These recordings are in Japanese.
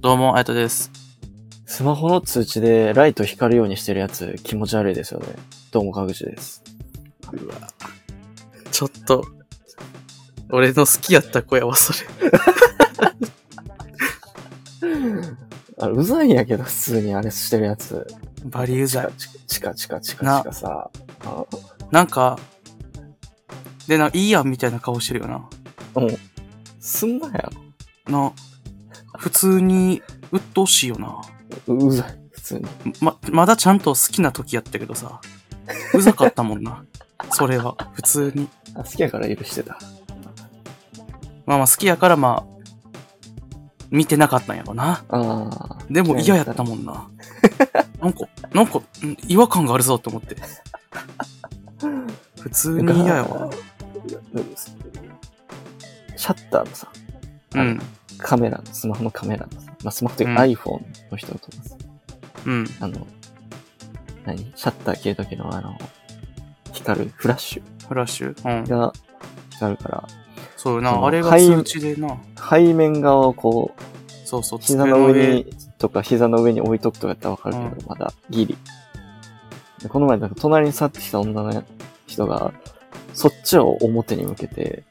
どうも、あやとです。スマホの通知でライト光るようにしてるやつ気持ち悪いですよね。どうも、川口です。うわ。ちょっと、俺の好きやった子やわ、それ。あれ、うざいんやけど、普通にあれしてるやつ。バリうざい。チカチカチカチカさ。あなんか、で、な、いいやんみたいな顔してるよな。すんなやな、普通に、鬱陶しいよな。ううざい、普通に。ま、まだちゃんと好きな時やったけどさ、うざかったもんな。それは、普通に。あ好きやから許してた。まあまあ好きやからまあ、見てなかったんやろな。ああ。でも嫌やったもんな。なんか、なんか、うん違和感があるぞと思って。普通に嫌やわ。シャッターのさ、うん、カメラの、スマホのカメラのさ、まあ、スマホといううんか iPhone の人だと思います。うん。あの、何シャッター消えるときのあの、光るフラッシフラッシュうんュ。が光るから、そうよそな、のあれがはい通知でな。背面側をこう、そうそう、膝の上。にとか膝の上に置いとくとかやったらわかるけど、まだギリ。でこの前、なんか隣に去ってきた女の人が、そっちを表に向けて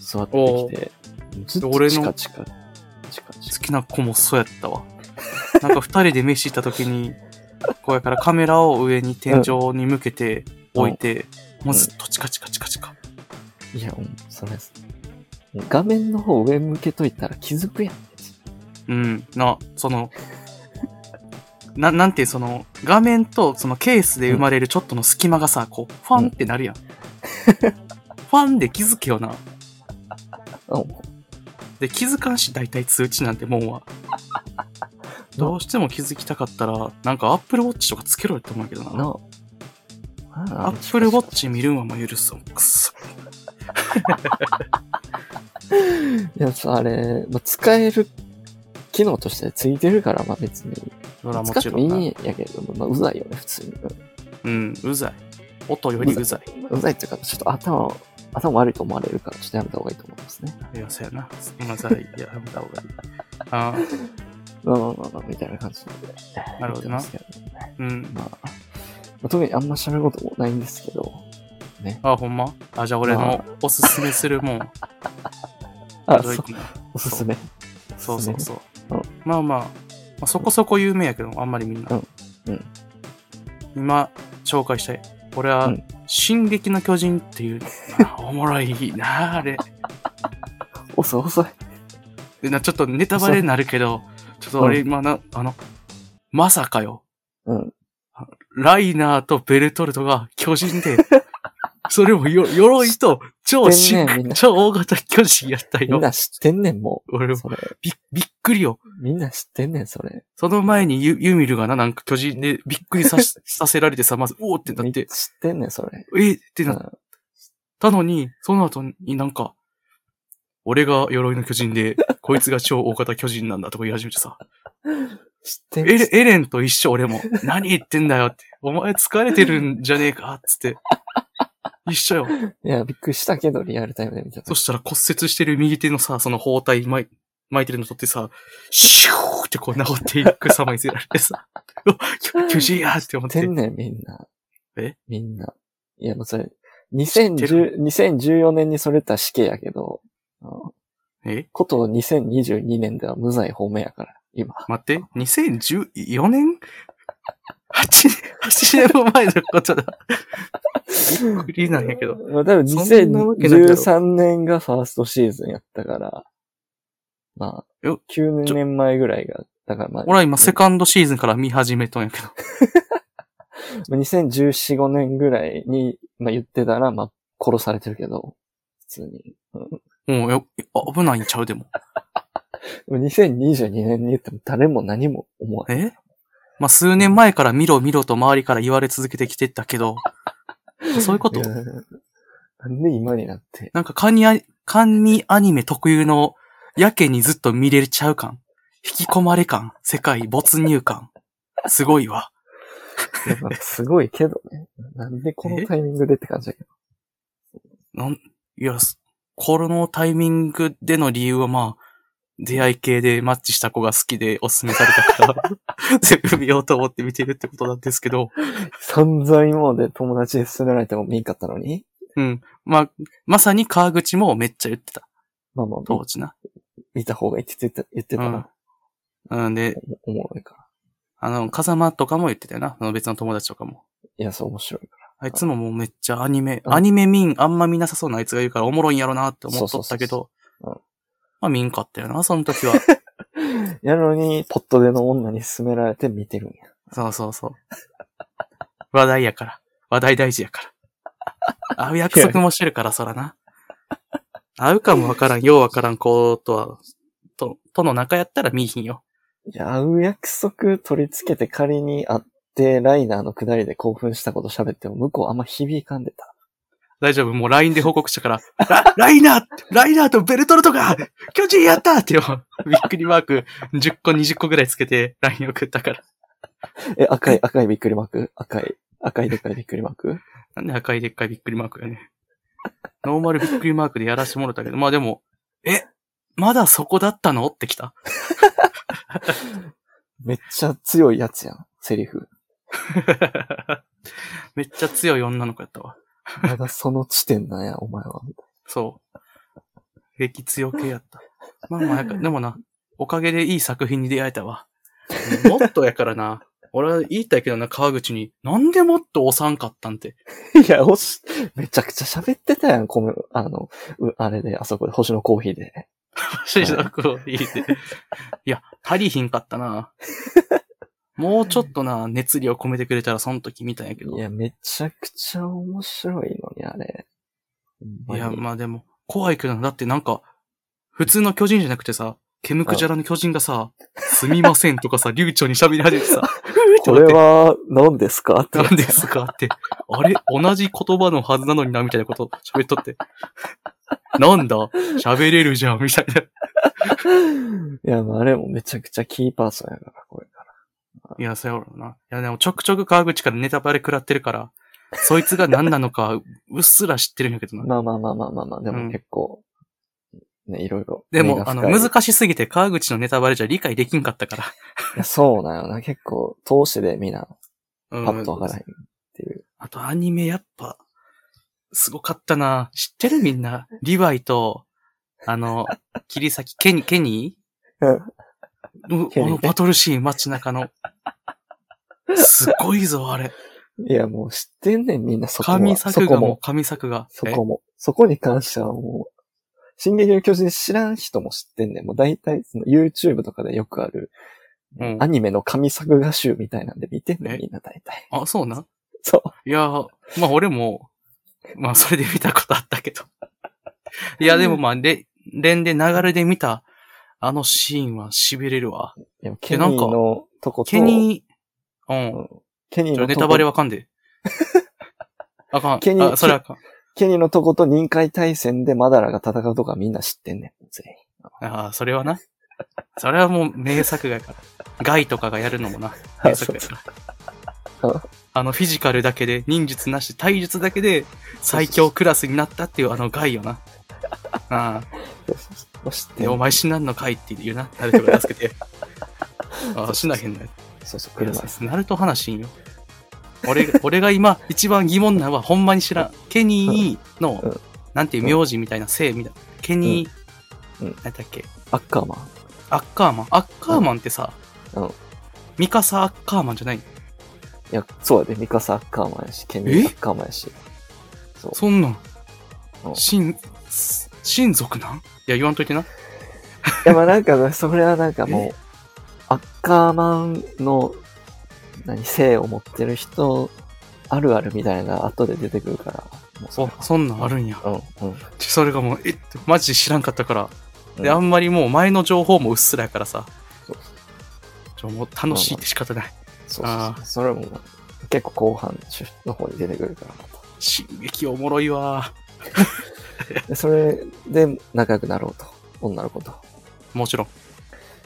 座ってきて、ずっとチカチカ、チカチ好カ。きな子もそうやった わ。なんか二人で飯行った時に、こうやからカメラを上に天井に向けて置いて、もうずっとチカチカチカチカ。いや、もうそれ、もう画面の方上向けといたら気づくやん。うん。な、その、な、なんていう、その、画面とそのケースで生まれるちょっとの隙間がさ、こう、ファンってなるやん。ファンで気づけよな。あもで、気づかんし、大体通知なんてもんは。 どうしても気づきたかったら、なんか Apple Watch とかつけろよって思うけどうな。なあなんやろあの Apple チカチ Watch 見るんはもう許すわ。くそ。カいや、さあれ、まあ、使える機能としてついてるから、まあ別にそれはも使ってちろんもないい。んやけども、まあ、うざいよね、普通に。うん、うざい。音よりうざい。うざいっていうか、ちょっと頭、頭悪いと思われるから、ちょっとやめた方がいいと思いますね。いや、そうやな。今ざい。いや、やめた方がいい。あまあまあまあまあ、みたいな感じで。なるほどなやってますけどあ、うん。まあ、まあ特にあんま喋ることもないんですけど。あ、ほんまあ、じゃあ俺まのあおすすめするもん。あ、覗いそてみようおすすめ。そうそうそう。うんまあまあ、まあ、そこそこ有名やけど、あんまりみんな。うんうん今、紹介したい。俺うはん、進撃の巨人っていう、 あおもろいな、あれ。遅い遅い。でなちょっとネタバレになるけど、ちょっと俺今な、あの、まさかよ、うん。ライナーとベルトルトが巨人 で、それもよ、鎧と超し知ってんねみんな超大型巨人やったみんよ。な知ってんねん、も俺う。、それ。び、びっくりよ。みんな知ってんねん、それ。その前にユユミルがな、なんか巨人でびっくりさしさせられてさ、まず、おおってなみっんなて知、ってんねん、それ。えーってうなっん。たのに、その後になんか、俺が鎧の巨人で、こいつが超大型巨人なんだとか言い始めてさ、知ってエんねんレエレンと一緒俺も、何言ってんだよって、お前疲れてるんじゃねえかっつって、一緒よ。いや、びっくりしたけど、リアルタイムで見たそと。したら骨折してる右手のさ、その包帯巻い巻いてるの取ってさ、シューってこう治っていく様見せられてさ、うわ巨巨人やって思っ知っててん。ねん、みんな。えみんな。いや、もうそれ、知って2010 2014年にそれた死刑やけど、うんえこと2022年では無罪方面やから、今。待って、2014年 ?8 年、8年前のことだ。びっくりなんやけど。 まあ多分そんなわけないだろ2013年がファーストシーズンやったから、まあよ、 9年前ぐらいが、だからまあ、俺は今セカンドシーズンから見始めとんやけど。 2014、5年ぐらいに、まあ言ってたら、まあ殺されてるけど、普通に。もうよ、あ危ないんちゃうでも。でも2022年に言っても誰も何も思わない。えまあ、数年前から見ろ見ろと周りから言われ続けてきてたけど、そういうこといやなんで今になって。なんか、カニア、カニアニメ特有の、やけにずっと見れちゃう感。引き込まれ感。世界没入感。すごいわ。いやまあすごいけどね。なんでこのタイミングでって感じだけど。なん、いや、すこのタイミングでの理由はまあ、出会い系でマッチした子が好きでおすすめされたから、 全部見ようと思って見てるってことなんですけど、散々今まで友達に勧められても見んかったのに。うん。まあ、まさに川口もめっちゃ言ってた。まあまあ、当時な。見た方がいいって言ってた言ってたら、うん。うんで、おおもろいから。あの、風間とかも言ってたよな。その別の友達とかも。いや、そう面白いかあいつももうめっちゃアニメ、うんアニメ見ん、あんま見なさそうなあいつが言うからおもろいんやろなって思っとったけどそうそうそうそう、まあ見んかったよな、その時は。ら。やのに、ポットでの女に勧められて見てるんや。そうそうそう。話題やから。話題大事やから。会う約束もしてるから、そらな。会うかもわからん、ようわからん子とは、と、との仲やったら見いひんよ。いや、会う約束取り付けて仮に会って、ライナーの下りで興奮したこと喋っても、向こうあんま響かんでた。大丈夫、もう LINE で報告したから、ラライナーライナーとベルトルトが巨人やったってよ、びっくりマーク10個20個ぐらいつけて LINE 送ったから。え、赤い、赤いびっくりマーク赤い、赤いでっかいびっくりマークなんで赤いでっかいびっくりマークがね。ノーマルびっくりマークでやらしてもらったけど、まあでも、え、まだそこだったのってきた。めっちゃ強いやつやん、セリフ。 めっちゃ強い女の子やったわ。まだその地点なんや、お前は。そう。激強系やった。まあまあやか、でもな、おかげでいい作品に出会えたわ。もっとやからな。俺は言いたいけどな、川口に。なんでもっとおさんかったんて。 いや、おし、めちゃくちゃ喋ってたやん、この、あの、うあれで、あそこで、星のコーヒーで。星野を言いて。いや、足りひんかったな。もうちょっとな、熱量込めてくれたらその時見たんやけど。いや、めちゃくちゃ面白いのに、あれ。いや、ほんまにまあでも、怖いけどな。だってなんか、普通の巨人じゃなくてさ、ケムクジャラの巨人がさ、すみませんとかさ、流暢に喋り始め てさ、これは、何ですかって。何ですかって、あれ同じ言葉のはずなのにな、みたいなこと喋っとって。なんだ喋れるじゃん、みたいな。 いや、まあ、あれもめちゃくちゃキーパーソンやから、これから。いや、そうやろうな。いや、でもちょくちょく川口からネタバレ食らってるから、そいつが何なのか、うっすら知ってるんやけどな。まあまあまあまあまあまあ、でうんも結構、ね、いろいろ。で根も、があの、深い難しすぎて川口のネタバレじゃ理解できんかったかいやそうなよな、結構、投資でみんな、ら。うんパッとわからへんっていう。あとアニメやっぱ、すごかったな。知ってるみんな。リヴァイと、あ の、切り裂き、ケニー、ケニーうケニーあのバトルシーン街中の。すごいぞ、あれ。いや、もう知ってんねん、みんな、そこ神も。作そがこもうも。神作が。そこも。そこに関してはもう、進撃の巨人知らん人も知ってんねん。もう大体、その YouTube とかでよくある、うんアニメの神作画集みたいなんで見てんねえん、みんな大体。えあ、そうな。そう。いや、まあ俺も、まあそれで見たことあったけど。いや、でもまあ、れ、連で流れで見た、あのシーンは痺れるわ。でもケニなーんかのとこと、ケニー、うん。ケニーちょのネとタこバレはあかん で。あかん。ケニーあ、それはあかん。ケニーのとこと任界対戦でマダラが戦うとかみんな知ってんねん、全員。ああ、それはな。それはもう名作がやから。ガイとかがやるのもな、名あそ作うやかそうら。あの、フィジカルだけで、忍術なし、体術だけで、最強クラスになったっていうあのガイよ な。ああ、そうそうそう知ってでんねおん。前死なんのかいって言うな、ナルトが助け て。ああ、死なへんのやそうそう、いや車そうですナルト話しんよ。俺 が、俺が今一番疑問なのはほんまに知らん。ケニーの、うんなんていう名字みたいな、姓みたいな。ケニー、うんうんなんだっけ、アッカーマン。アッカーマン。アッカーマンってさ、うんうんミカサアッカーマンじゃないいや、そうやで、ミカサアッカーマンやし、ケニえーアッカーマンやし。そう。そんなんう、ん親、親族なんいや、言わんといてな。いや、まあなんか、それはなんかもう、アッカーマンの、何、性を持ってる人、あるあるみたいな、後で出てくるから。もうそ、そうそんなんあるんや。うん、うん。ちそれがもう、えっと、マジで知らんかったから。で、うんあんまりもう前の情報もうっすらやからさそう。ちょ、もう楽しいって仕方ない。そうそうあそう。それも、結構後半の方に出てくるから、また。進撃おもろいわ でそれで仲良くなろうと。女の子と。もちろん。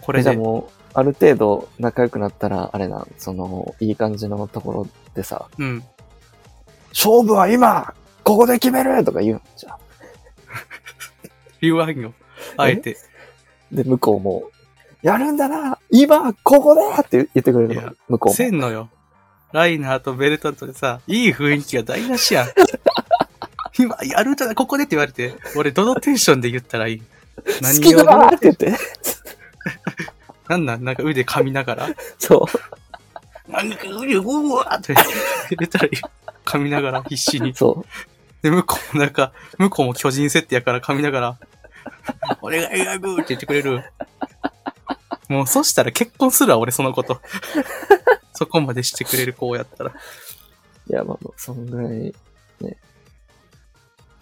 これじゃあで。もう、ある程度仲良くなったら、あれなん、その、いい感じのところでさ、うん。勝負は今ここで決めるとか言うんじゃん。言わんよ。あえて。で、向こうも、やるんだな今ここだって言ってくれるいやの、向こうせも。んのよ。ライナーとベルトンとでさ、いい雰囲気が台無し やん。今、やるんだな、ここでって言われて、俺、どのテンションで言ったらいい好きだなって言って。 なんなんなんか腕噛みながら。そなんか腕、うわ ーって言ったらいい。噛みながら必死にう、。そう。で、向こうもなん か、向こうも巨人設定やから噛みながら、 お願いラブって言ってくれる。もうそしたら結婚するわ、俺その こと。そこまでしてくれる子やったら。いや、まあまあ、そんぐらい、ね。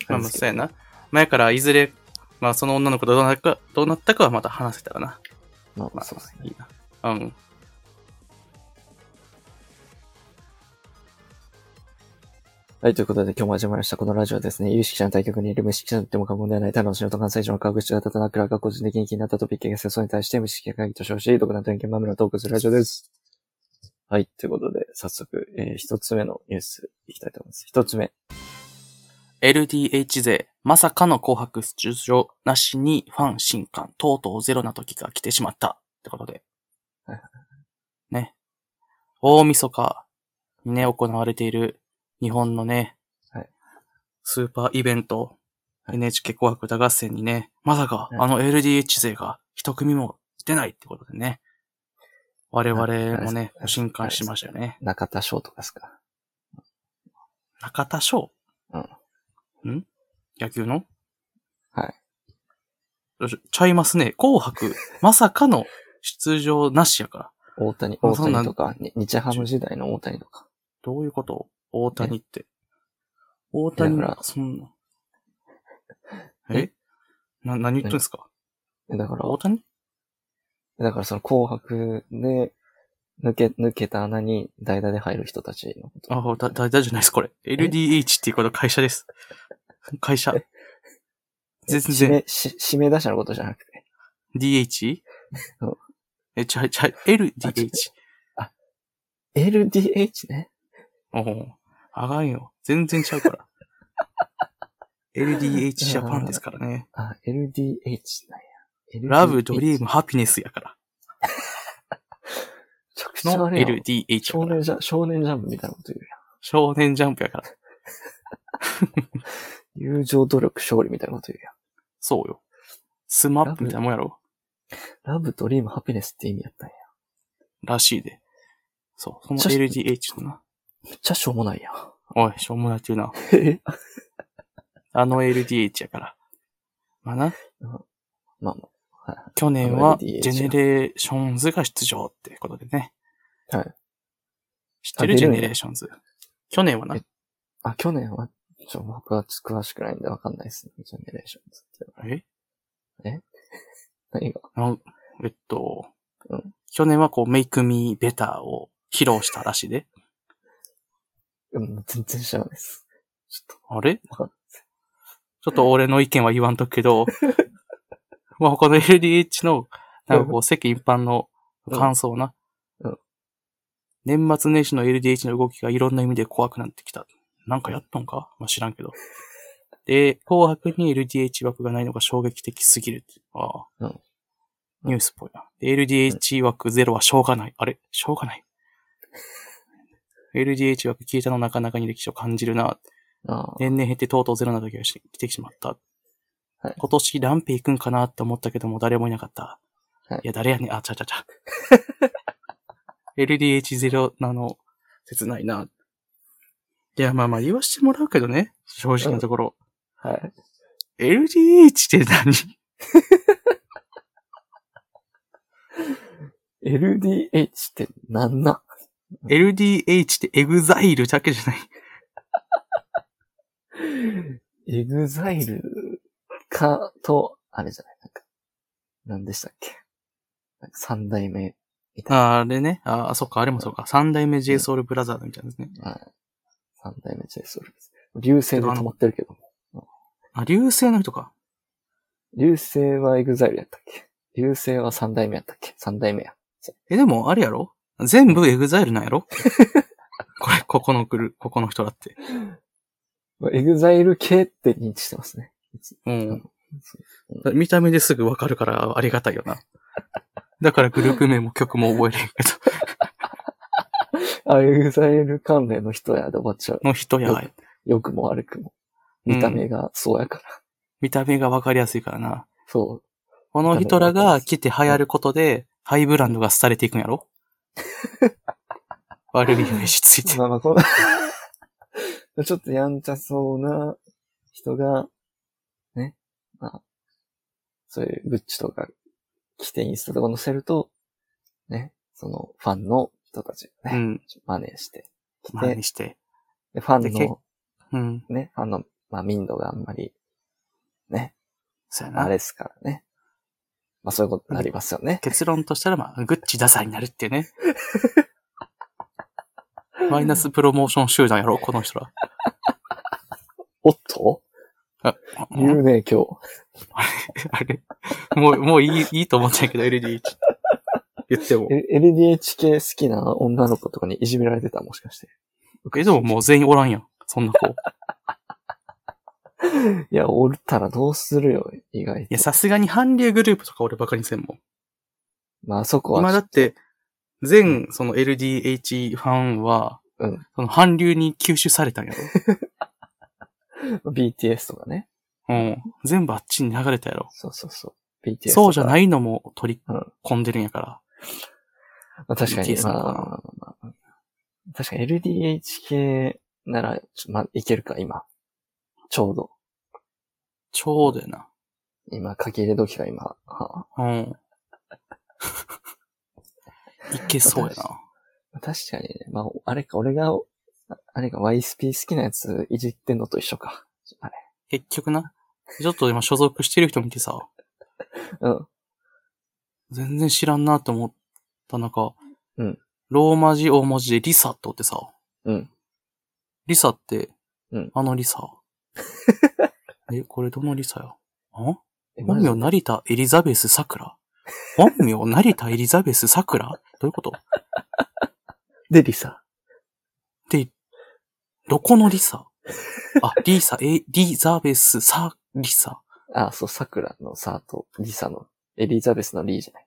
まあまあ、ですそうけやな。前からいずれ、まあその女の子とどうなったか、どうなったかはまた話せたらな。どまあままあ、あそうですいね。いな。うん。はい、ということで今日も始まりました。このラジオはですね、有識者の対局にいる無識者とっても過言ではない、ただの素人関西人の科学者だったなくらが個人的に気になったトピックや戦争に対して無識者会議と称し、独断と偏見まみれをトークするラジオです。はい、ということで、早速、えー一つ目のニュースいきたいと思います。一つ目。 LDH 勢、まさかの紅白出場なしにファン新刊、とうとうゼロな時が来てしまった。ってことではいは。ね。大晦日にね、行われている日本のね、はいスーパーイベント、はい NHK 紅白歌合戦にね、まさかはいあの LDH 勢が一組も出ないってことでね。我々もね、はい新刊しましたよね。中田翔とかですか。中田翔うん野球のはい。よしちゃいますね。紅 白、まさかの出場なしやから。大谷、まあ大そんな谷んとか、に日ハム時代の大谷とか。どういうこと大谷って。大谷だかがら、そんな。ええな、何言ってんですかえだから、大谷だからその紅白で、抜け、抜けた穴に代打で入る人たちのこと。あ、だ、だ、だじゃないです、これ。LDH っていうこと会社 です。会社。全指然、名、し指名打者のことじゃなくて。 DH? うんえ、ちゃ、ちゃ、LDH。 LDH ね。おお、あがんよ。全然ちゃう から。LDH ジャパンですからね。あ、LDH なんや。ラブ、ドリーム。ム、ハピネスやから。めちゃくちゃのあれやん LDH 少やから。年ジャ少年ジャンプみたいなこと言う少年ジャンプやから。やん。友情努力勝利みたいなこと言うやそうよ。スマップみたいなもんやろ。ん。ラブ、ドリーム、ハピネスって意味やったんや。らしいで。そう。そのちょ LDH のな。めっちゃしょうもないやん。 おい、しょうもないっていうな。えあの LDH やから。まあな、まあま去年は、あの LDH ジェネレーションズが出場ってことでね。あ。はい。知ってるあ出ジるェんやネレーションズ。去年はなえ、あ、去年は、ちょ、僕は詳しくないんでわかんないですね。ジェネレーションズって。え何がの、えっと、うん去年はこう、メイクミーベターを披露したらしいで。うん、全然知らないです。ちょっあ れちわかょんっと俺の意見は言わんとくけ ど、まあこの LDH の、なんかこう、世間一般の感想な。うんうん年末年始の LDH の動きがいろんな意味で怖くなってきた。なんかやっとんかまあ知らんけど。で、紅白に LDH 枠がないのが衝撃的すぎるって。ああ。うんニュースっぽいな。で LDH 枠ゼロはしょうがない。あれしょうが ない。LDH 枠消えたのなかなかに歴史を感じるな。とあ年々減ってとうとうゼロな時がし来てしまった。はい今年ランペ行くんかなって思ったけども誰もいなかった。はいい、や、誰やねん。あ、ちゃうちゃうち ゃう。LDH0 なの、切ないな。いや、まあまあ言わしてもらうけどね。正直なところ。あ。はい。 LDH って何 LDH ってなんな ?LDH ってエグザイルだけじゃない。エグザイルか、と、あれじゃない、なんか、なんでしたっけ。なんか三代目。ああれね。ああ、そっか、あれもそうか。三代目 JSOUL ブラザーズみたいなですね。はい。三代目 j s o u l です。流星で止まってるけど。あ、流星の人か。流星はエグザイルやったっけ流星は三代目やったっけ三代目や。え、でも、あれやろ全部エグザイルなんや ろこれ、ここの来る、ここの人だって。エグザイル系って認知してますね。うん。だ見た目ですぐわかるからありがたいよな。だからグループ名も曲も覚えれんけど、ああいうザイル関連の人やで終わっちゃう。 の人や、良くも悪くも。見た目がそうやから。見た目がわかりやすいからな。そう。この人らが来て流行ることで、ハイブランドが廃れていくんや ろ悪いイメージついて。まあまあ、この ちょっとやんちゃそうな人が、ね、まあ、そういうグッチとか着てインスタとか載せると、ね、そのファンの人たちがうね、ん。真似してきまあてに、して。でファでンけのうん。ね、ファンの、まあ、民度があんまり、ね、そうやあなれ。ですからね。まあ、そういうことになりますよね。結論としたら、まあ、グッチダサいになるっていうね。 マイナスプロモーション集団やろ、この人ら。おっと言うね、今日。 あれもう、もういい、いいと思ったんやけど、LDH。言っても。え LDH 系好きな女の子とかにいじめられてたもしかして。え、でももう全員おらんやん。そんな 子。いいや、おったらどうするよ、意外とや、。さすがに韓流グループとか俺バカにせんもん。まあ、あそこは。今だって、全、その LDH ファンは、うんその韓流に吸収された んやろ。 BTS とかね。うん。全部あっちに流れたやろ。そうそうそう。BTS とか。。そうじゃないいのも取りうん込んでるんやから。まあ、確かに。 BTS まとあかまあまあまあ、確かに LDH 系なら、ちょまあ、いけるか、今。ちょうど。ちょうどやな。今、書き入れ時が今。はうん。いけそうやな。あ確かにね。まあ、あれか、俺が、ああれか、YSP 好きなやついじってんのと一緒か。あれ。結局な。ちょっと今所属してる人見てさ、うん。全然知らんなと思った中、うんローマ字大文字でリサっておってさ、うん。リサって、うんあのリ サ。え、これどのリサやあえ本名、成田エリザベス桜本名、成田エリザベス桜どういうことで、リサ。で、どこのリサあ、リーサ、エリザベス、サ、リサ。あ、そう、桜のサーと、リサの、エリザベスのリーじゃない。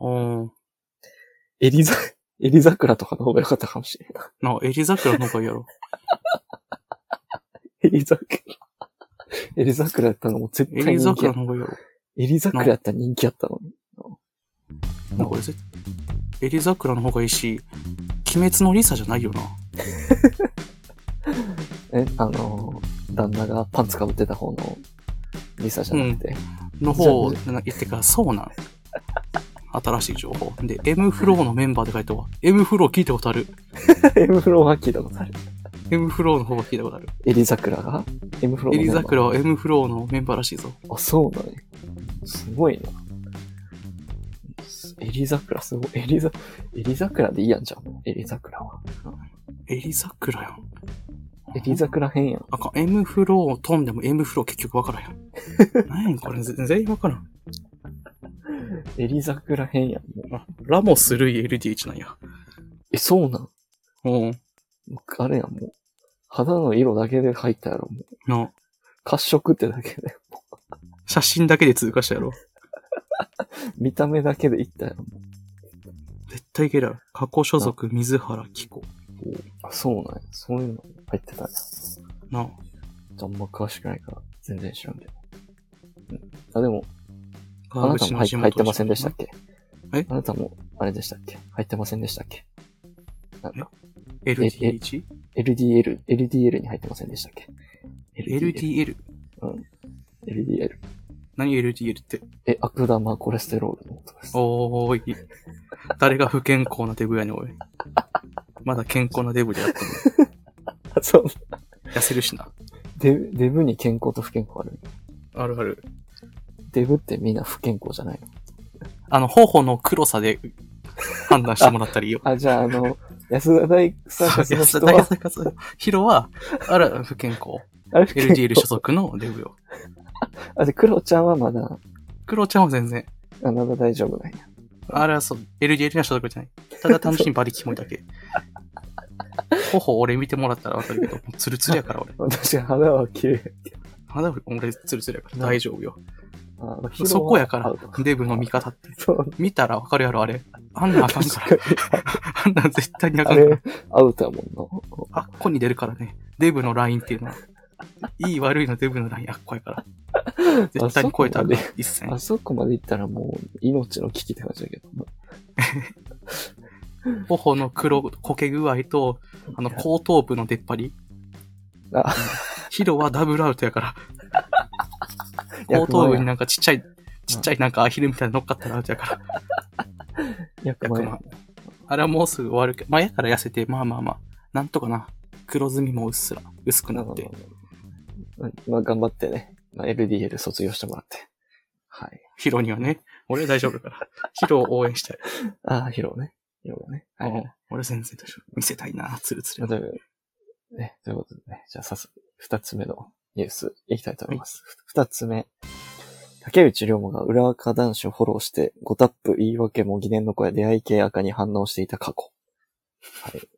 うん。エリザ、エリザクラとかの方が良かったかもしれんない。な、エリ桜の方がいいや ろ。エリザクラ。エリザクラやったのも絶エ対リ人気や桜の。方がいいやろ。エリザクラやったら人気やったのに。なんか俺絶エリザクラの方がいいし、鬼滅のリサじゃないよな。え、あのー、旦那がパンツかぶってた方のリサじゃなくて。の方、な言ってから、そうなん。新しい情報。で、M フローのメンバーで書いてわ。M フロー聞いたことある。 M フローは聞いたことある。 M フローの方が聞いたことある。エリザクラが ?M フローエのメリンバーザクラは M フローのメンバーらしいぞ。あ、そうだね。すごいな。エリザクラすごい。エリザ、エリザクラでいいやんじゃん。もうエリザクラは。エリザクラやん。エリザクラ編やん。あかん、M フローを飛んでも M フロー結局わからへん。 何やねんこれ、ぜ全員わからん。エリザクラ編やん。もうあ、ラモス、ルイ、LDH なんや。え、そうなんうん。あれやん、もう。肌の色だけで入ったやろ、もう。の、褐色ってだけで。 写真だけで通過したやろ。見た目だけでいったやろ。絶対いけるやろ。過去所属、水原希子。あ、そうなんや。そういうの入ってたんや。なあ。あんま詳しくないから、全然知らんけど。うん。あ、でも、あ川なた口もの入地元入ってませんでしたっけえあなたも、あれでしたっけ入ってませんでしたっけなんか、 LDH?LDL? LDL、LDL に入ってませんでしたっけ LDL? うん。LDL。何 LDL って。え、悪玉コレステロールのことです。おーい。誰が不健康なデブやねん、おい。まだ健康なデブでやってる。あそう。痩せるしな。デブ、デブに健康と不健康ある。あるある。デブってみんな不健康じゃないのあの、頬の黒さで判断してもらったらい いよ。あ、じゃあ、あの、安田大サーカスの安人田大は、作家さんヒロは、あら、不健康。あれ、 LDL 所属のデブよ。あ、で、クロちゃんはまだ、クロちゃんは全然。あまだ大丈夫なんや。あれはそう、LDL には所属じゃない。ただ単純にバリキモいだけ。頬俺見てもらったらわか るけど、もうツルツルやから俺。私、肌は綺麗。まだ俺ツルツルやから大丈夫よ。あのそこやから広場アウト、デブの味方って。そう、見たらわかるやろ、あれ。あんなんあかんか 確ら。かに。あんなん絶対にあかあんから。れ、アウトやもんあっこに出るからね。デブのラインっていうのは。いい悪いのデブのラインあっこやから。絶対に超えたらあかん一な。線あ。そこまで行ったらもう、命の危機って感じだけど。頬の黒焦け具合と、あの、後頭部の出っ張り。あ、ヒロはダブルアウトやから。後役頭部満にや。なんかちっちゃい、ちっちゃいなんかアヒルみたいなの乗っかったらアウトやから。役役満満や。あれはもうすぐ終わるけど、前から痩せて、まあまあまあ、なんとかな。黒ずみもうっすら、薄くなって。まあまあ頑張ってね。まあ、LDL 卒業してもらって。はい。ヒロにはね、俺は大丈夫 だから。ヒロを応援したい。ああ、ヒロね。ヒロがね。はい。うん俺全然大丈夫。見せたいな、つるつまある。というね、ということでね、じゃあ早速、二つ目のニュースいきたいと思います。ふ二、つ目。竹内涼真が裏垢男子をフォローして、ごタップ言い訳も疑念の声出会い系赤に反応していた過去。はい。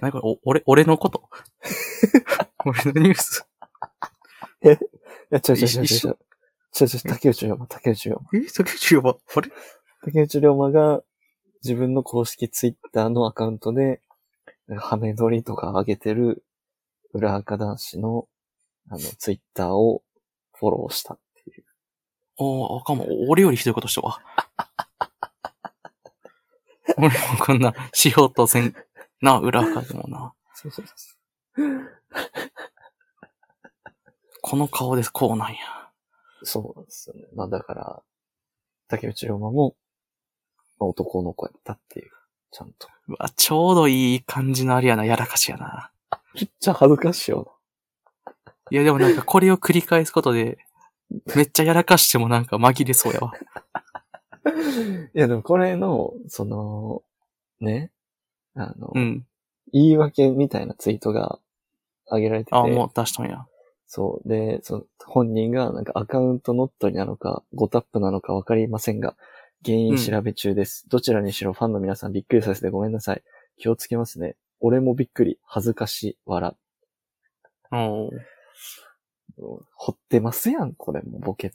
何これお俺、俺のこと 俺のニュース。いや、違う違う違う違う。一緒違う違う、竹内涼真、竹内涼真。え竹内呼ば、あれ竹内涼真が自分の公式ツイッターのアカウントで、ハメ撮りとか上げてる裏垢男子の、あの、ツイッターをフォローしたっていう。おー、あかも、俺よりひどいことした わ。俺もこんな、しようとせん、な、裏垢でもな。そうそうそう。この顔です、こうなんや。そうなんですよね。まあだから、竹内涼真も、まあ、男の子やったっていう、ちゃんと。うわ、ちょうどいい感じのあれやな、やらかしやな。めっちゃ恥ずかしいよいや、でもなんかこれを繰り返すこと で、めっちゃやらかしてもなんか紛れそうやわ。な。いやでもこれの、その、ね、あの、うん。言い訳みたいなツイートが上げられてて、あ、もう出したんや。そう。で、その本人がなんかアカウント乗っ取りなのか、ごタップなのかわかりませんが、原因調べ中です。どちらにしろファンの皆さんびっくりさせてごめんなさい。気をつけますね。俺もびっくり。恥ずかしい。笑おー掘ってますやん、これも、墓穴。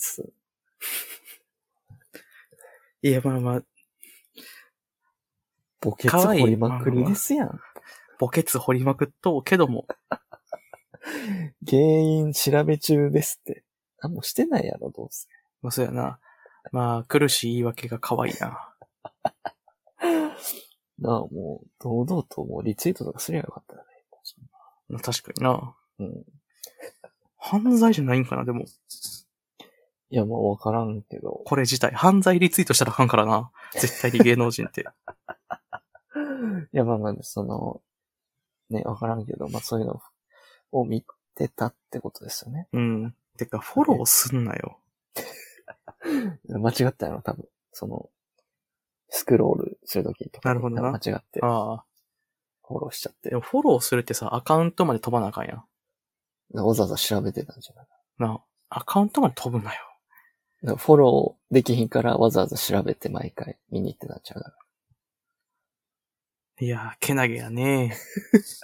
いや、まあまあ、墓かわ穴いい掘りまくりですやん。墓穴掘りまくっとうけども、原因調べ中ですって。何もしてないやろ、どうせ。まあそうやな。まあ、苦しい言い訳が可愛いな。なあ、もう、堂々ともうリツイートとかすりゃよかったらね。まあ確かにな。うん。犯罪じゃないんかな、でも。いや、まあ、わからんけど。これ自体。犯罪リツイートしたらあかんからな。絶対に芸能人 って。いや、まあまあ、その、ね、わからんけど、まあ、そういうのを見てたってことですよね。うん。てか、フォローすんなよ。間違ったやろ、多分。その、スクロールするときとか。なるほどな間違って、ああ。フォローしちゃってで。もフォローするってさ、アカウントまで飛ばなあかんやん。わざわざ調べてたんじゃないなあ、アカウントまで飛ぶなよ。だからフォローできひんからわざわざ調べて毎回見に行ってたんちゃうかいやー、けなげやねす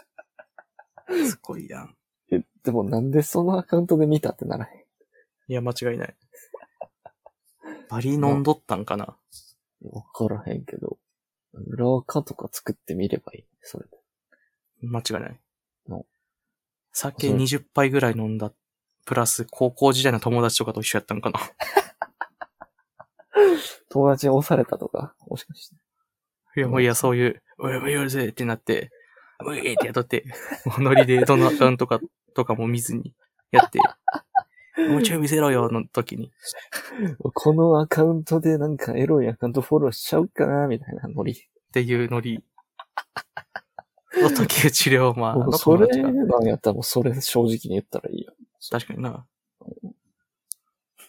ごいやん。ら。え、でもなんでそのアカウントで見たってならへいや、間違いない。バリ飲んどったんかな。ん。わからへんけど。裏垢とか作ってみればいい。それで。間違いないの。酒そう20杯ぐらい飲んだ。プラス、高校時代の友達とかと一緒やったんかな。友達に押されたとか、もしかして。いや、もういや、そういう、おい、おい、おい、ぜってなって、おいって雇って、もうノリでどのアカウントか、とかも見ずにやって、もうちょい見せろよ、の時に。このアカウントでなんかエロいアカウントフォローしちゃうかな、みたいなノリ。っていうノリ。お竹内涼 真ものうそ友れ達が。なんやったらもうそれ正直に言ったらいいよ。確かにな。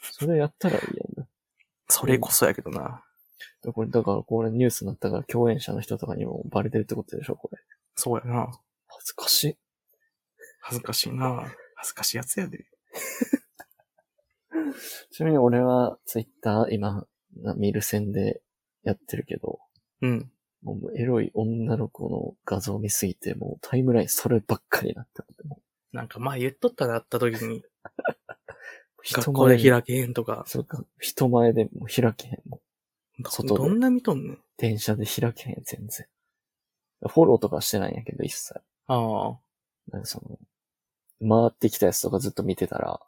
それやったらいいやんそれこそやけどな。だ。これ、だからこれニュースになったから共演者の人とかにもバレてるってことでしょ、これ。そうやな。恥ずかしい。恥ずかしいな。恥ずかしいやつやで。ちなみに俺はツイッター今、な見る線でやってるけど、うん。もうエロい女の子の画像を見すぎて、もうタイムラインそればっかりになってもうなんか前言っとったな、あった時に。学校で開けへんとか、そうか、人前でも開けへんもん。外でどんな見とんねん。電車で開けへん、全然。フォローとかはしてないんやけど、一切。ああ。なんかその、回ってきたやつとかずっと見てたら、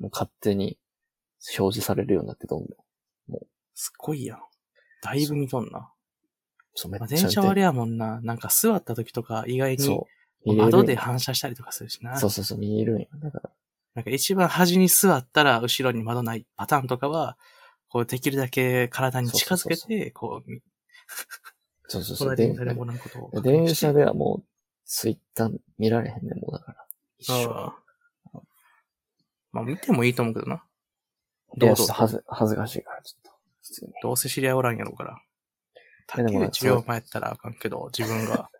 もう勝手に表示されるようになってどんどん。すっごいやん。だいぶ見とんな。そう、めっまあ、ちゃ電車見てはあれやもんな。なんか座った時とか意外にそう。見れるん窓で反射したりとかするしな。そうそうそう、見えるんや。だから、なんか一番端に座ったら後ろに窓ないパターンとかは、こうできるだけ体に近づけそうそて、こう、そうそうそう。隣に誰でもおらんことを確認電して。車ではもう、ツイッター見られへんねん、もうだから。一うん緒。まあ見てもいいと思うけどな。いどや、うちぞょっと恥ず恥ずかしいから、ちょっと。普通に。どうせ知り合いおらんやろうから。えたでっきもり治療前やったらあかんけど、自分 が。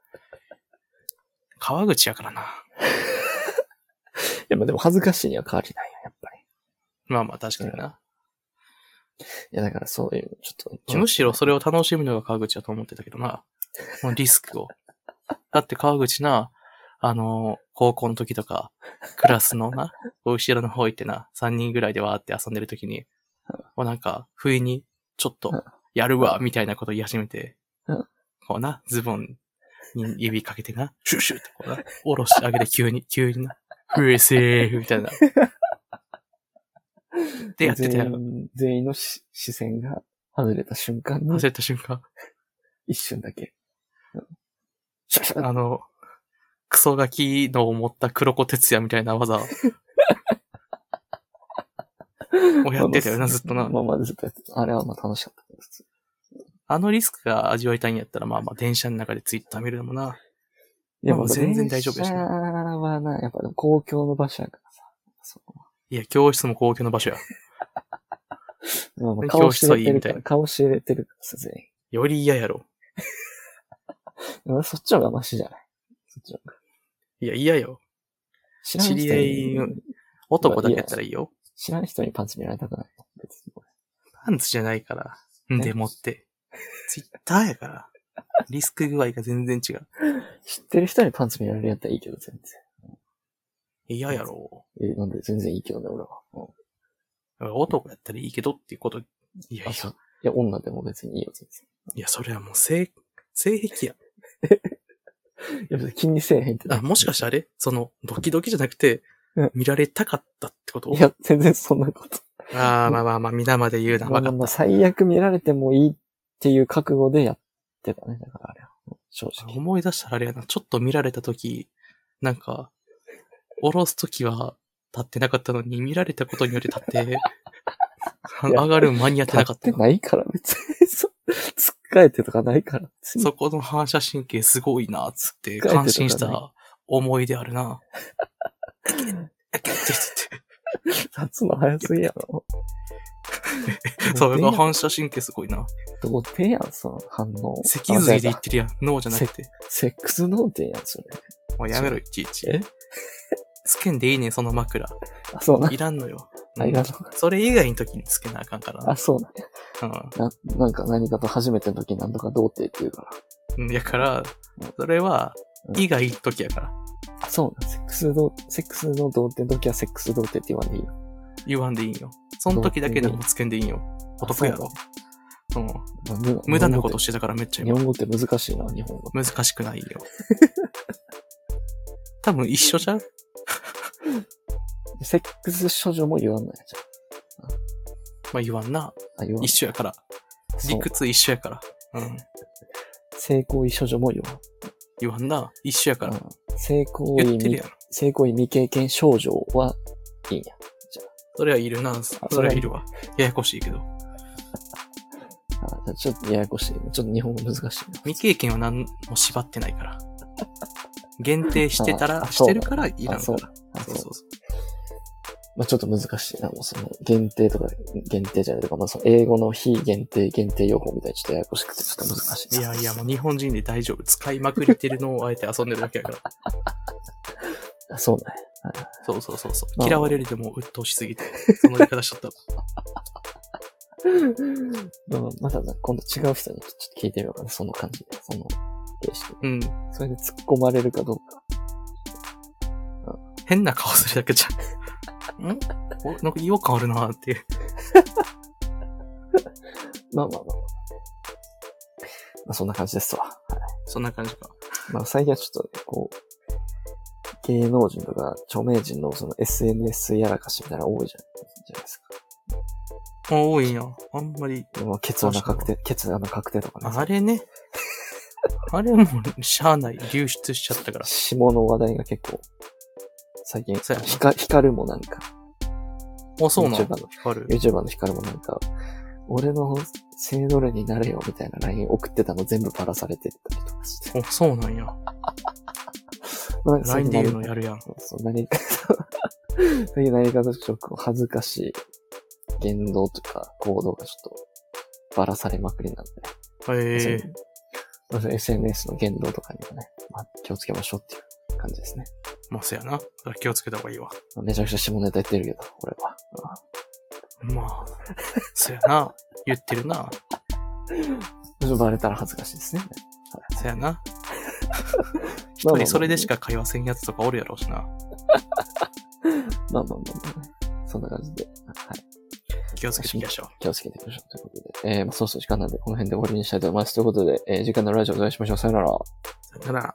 川口やからな。いや、まあでも恥ずかしいには変わりないよ、やっぱり。まあまあ確かにな。いや、だからそういう、ちょっと。むしろそれを楽しむのが川口だと思ってたけどな。このリスクを。だって川口な、あの、高校の時とか、クラスのな、後ろの方行ってな、3人ぐらいでわーって遊んでる時に、もうなんか、不意に、ちょっとうん、やるわ、みたいなこと言い始めてうん、こうな、ズボンに指かけてな、シュッシュッってこうな、下ろしてあげて急に、急にな、フエセーフみ たいな。でやってたや全ろ。員全員のし視線が外れた瞬間に、焦った瞬間。一瞬だけ。うんシャシャあの、クソガキの思った黒子哲也みたいな技をやってたよな、ずっとな。まあまあずっとやってた。あれはまあ楽しかったけど普通あのリスクが味わいたいんやったら、まあまあ電車の中でツイッター見るのもな。いや、まあまあ全然大丈夫で電すね車はな、やっぱでも公共の場所やからさ。そいや、教室も公共の場所や。う。まあまあで顔知れて教室るかはいいみたいら、顔知れてるからさ、全員。より嫌やろ。まあそっちの方がマシじゃないそっちの方が。いや、嫌よ。知らん人知り合いに、男だけやったらいいよ。知らん人にパンツ見られたくない。別に俺パンツじゃないから。んでもって。ツイッターやから。リスク具合が全然違う。知ってる人にパンツ見られるやったらいいけど、全嫌やろ。然。え、なんで全然いいけどね、俺は。うん男やったらいいけどっていうこと。いやいあやそ。ういや、女でも別にいいよ、全いや、それはもう性、性癖や。然。いや、別に気にせえへんってなあ、もしかしてあれその、ドキドキじゃなくてうん、見られたかったってこといや、全然そんなこと。ああ、まあまあまあ、皆まで言うな、まわあまかあっまあた。最悪見られてもいいっていう覚悟でやってたね。だからあれは。うん正直。思い出したらあれやな、ちょっと見られたとき、なんか、下ろすときは立ってなかったのに、見られたことによって立って、あの上がる間に合ってなかった立ってないから、別に。 そう。つっかえてとかないから。別にそこの反射神経すごいな、つって、書いてたからね感心した思い出あるな。立つの早すぎやろ。 それがど反射神経すごいな。うてやん、その反応。脊髄で言あっ。てるやん。脳じゃなくて。セックス脳天やん、それ。もうやめろ、いちいち。えつけんでいいねん、その枕。あ、そうなんいらんのよ。ありがとう。それ以外の時につけなあかんからあ、そうなんな。な、なんか何かと初めての時なんとかどうってって言うから。うん。やからうん、それは、うん以外の時やから。あ、そうなんセックスの、セックスの童貞の時はセックス童貞って言わんでいいよ。言わんでいいんよ。その時だけでもつけんでいいんよ。お得やろ。うん。そうなんだ。無駄なことししてたからめっちゃ日今本語って難しいな、日本語。難しくない よ。多分一緒じゃんセックス処女も言わんのやじまあ言わんな。ゃん。あ、言わん一。緒やから。そ理う。屈一緒やから。うん。性行為処女も言わん。言わんな。一緒やから。うん、性行為言ってる未や、ろ。性行為未経験少女は、いいんや。それはいるな。それはいるわ。ややこしいけど。あじゃあちょっとややこしい。ちょっと日本語難しいな。未経験は何も縛ってないから。限定してたあら、あしそうてだるからいらんあかそうら。だあそうそうそう。まあ、ちょっと難しいな、もうその、限定とか、限定じゃないとか、まあ、その、英語の非限定、限定用法みたいにちょっとややこしくて、ちょっと難しい。いやいや、もう日本人で大丈夫。使いまくれてるのをあえて遊んでるだけやから。あ、そうね。そうそうそうそあう。あ嫌われるでもう鬱陶しすぎて、その言い方し ちゃった。まあまあまだな、今度違う人にちょっと聞いてみようかな、その感じで、その、形式。うん。それで突っ込まれるかどうか。変な顔するだけじゃん。んおなんか違和感あるなーって。まあまあまあまあ。まあ、そんな感じですわ。そんな感じか。まあ、最近はちょっとね、こう、芸能人とか著名人のその SNS やらかしみたいなの多いじゃないじゃないですあ、多いんや。あんまり。か。まあ、ケツ穴確定、ケツ穴確定とかね。あれ ね。あれもう、しゃあない。流出しちゃったから。下の話題が結構、最近、そうやなひか光るもなんか、あ、そうなの YouTuber の光る。 YouTuber の光るもなんか、俺の性奴隷になれよみたいな LINE 送ってたの全部パラされてたりとかして。あ、そうなんや。まあ LINE で言うのやるやん。そうそう、何か、そういう何かとちょっと恥ずかしい言動とか行動がちょっとバラされまくりなんで、ええまず SNS の言動とかにはね、まあ、気をつけましょうっていう感じですね。まあ、そやな。気をつけた方がいいわ。まあめちゃくちゃ下ネタ言ってるけど、これは。まあ、そやな。言ってるな。うんちょっとバレたら恥ずかしいですね。そ やな。まあまあ一まあ人それでしか会話せんやつとかおるやろうしな。まあまあまあまあね。そんな感じで、はい。気をつけていきましょう。気をつけていきましょうということで。えー、まあ、そろそろ時間なんで、この辺で終わりにしたいと思います。ということで、えー、次回のラジオでお会いしましょう。さよなら。さよなら。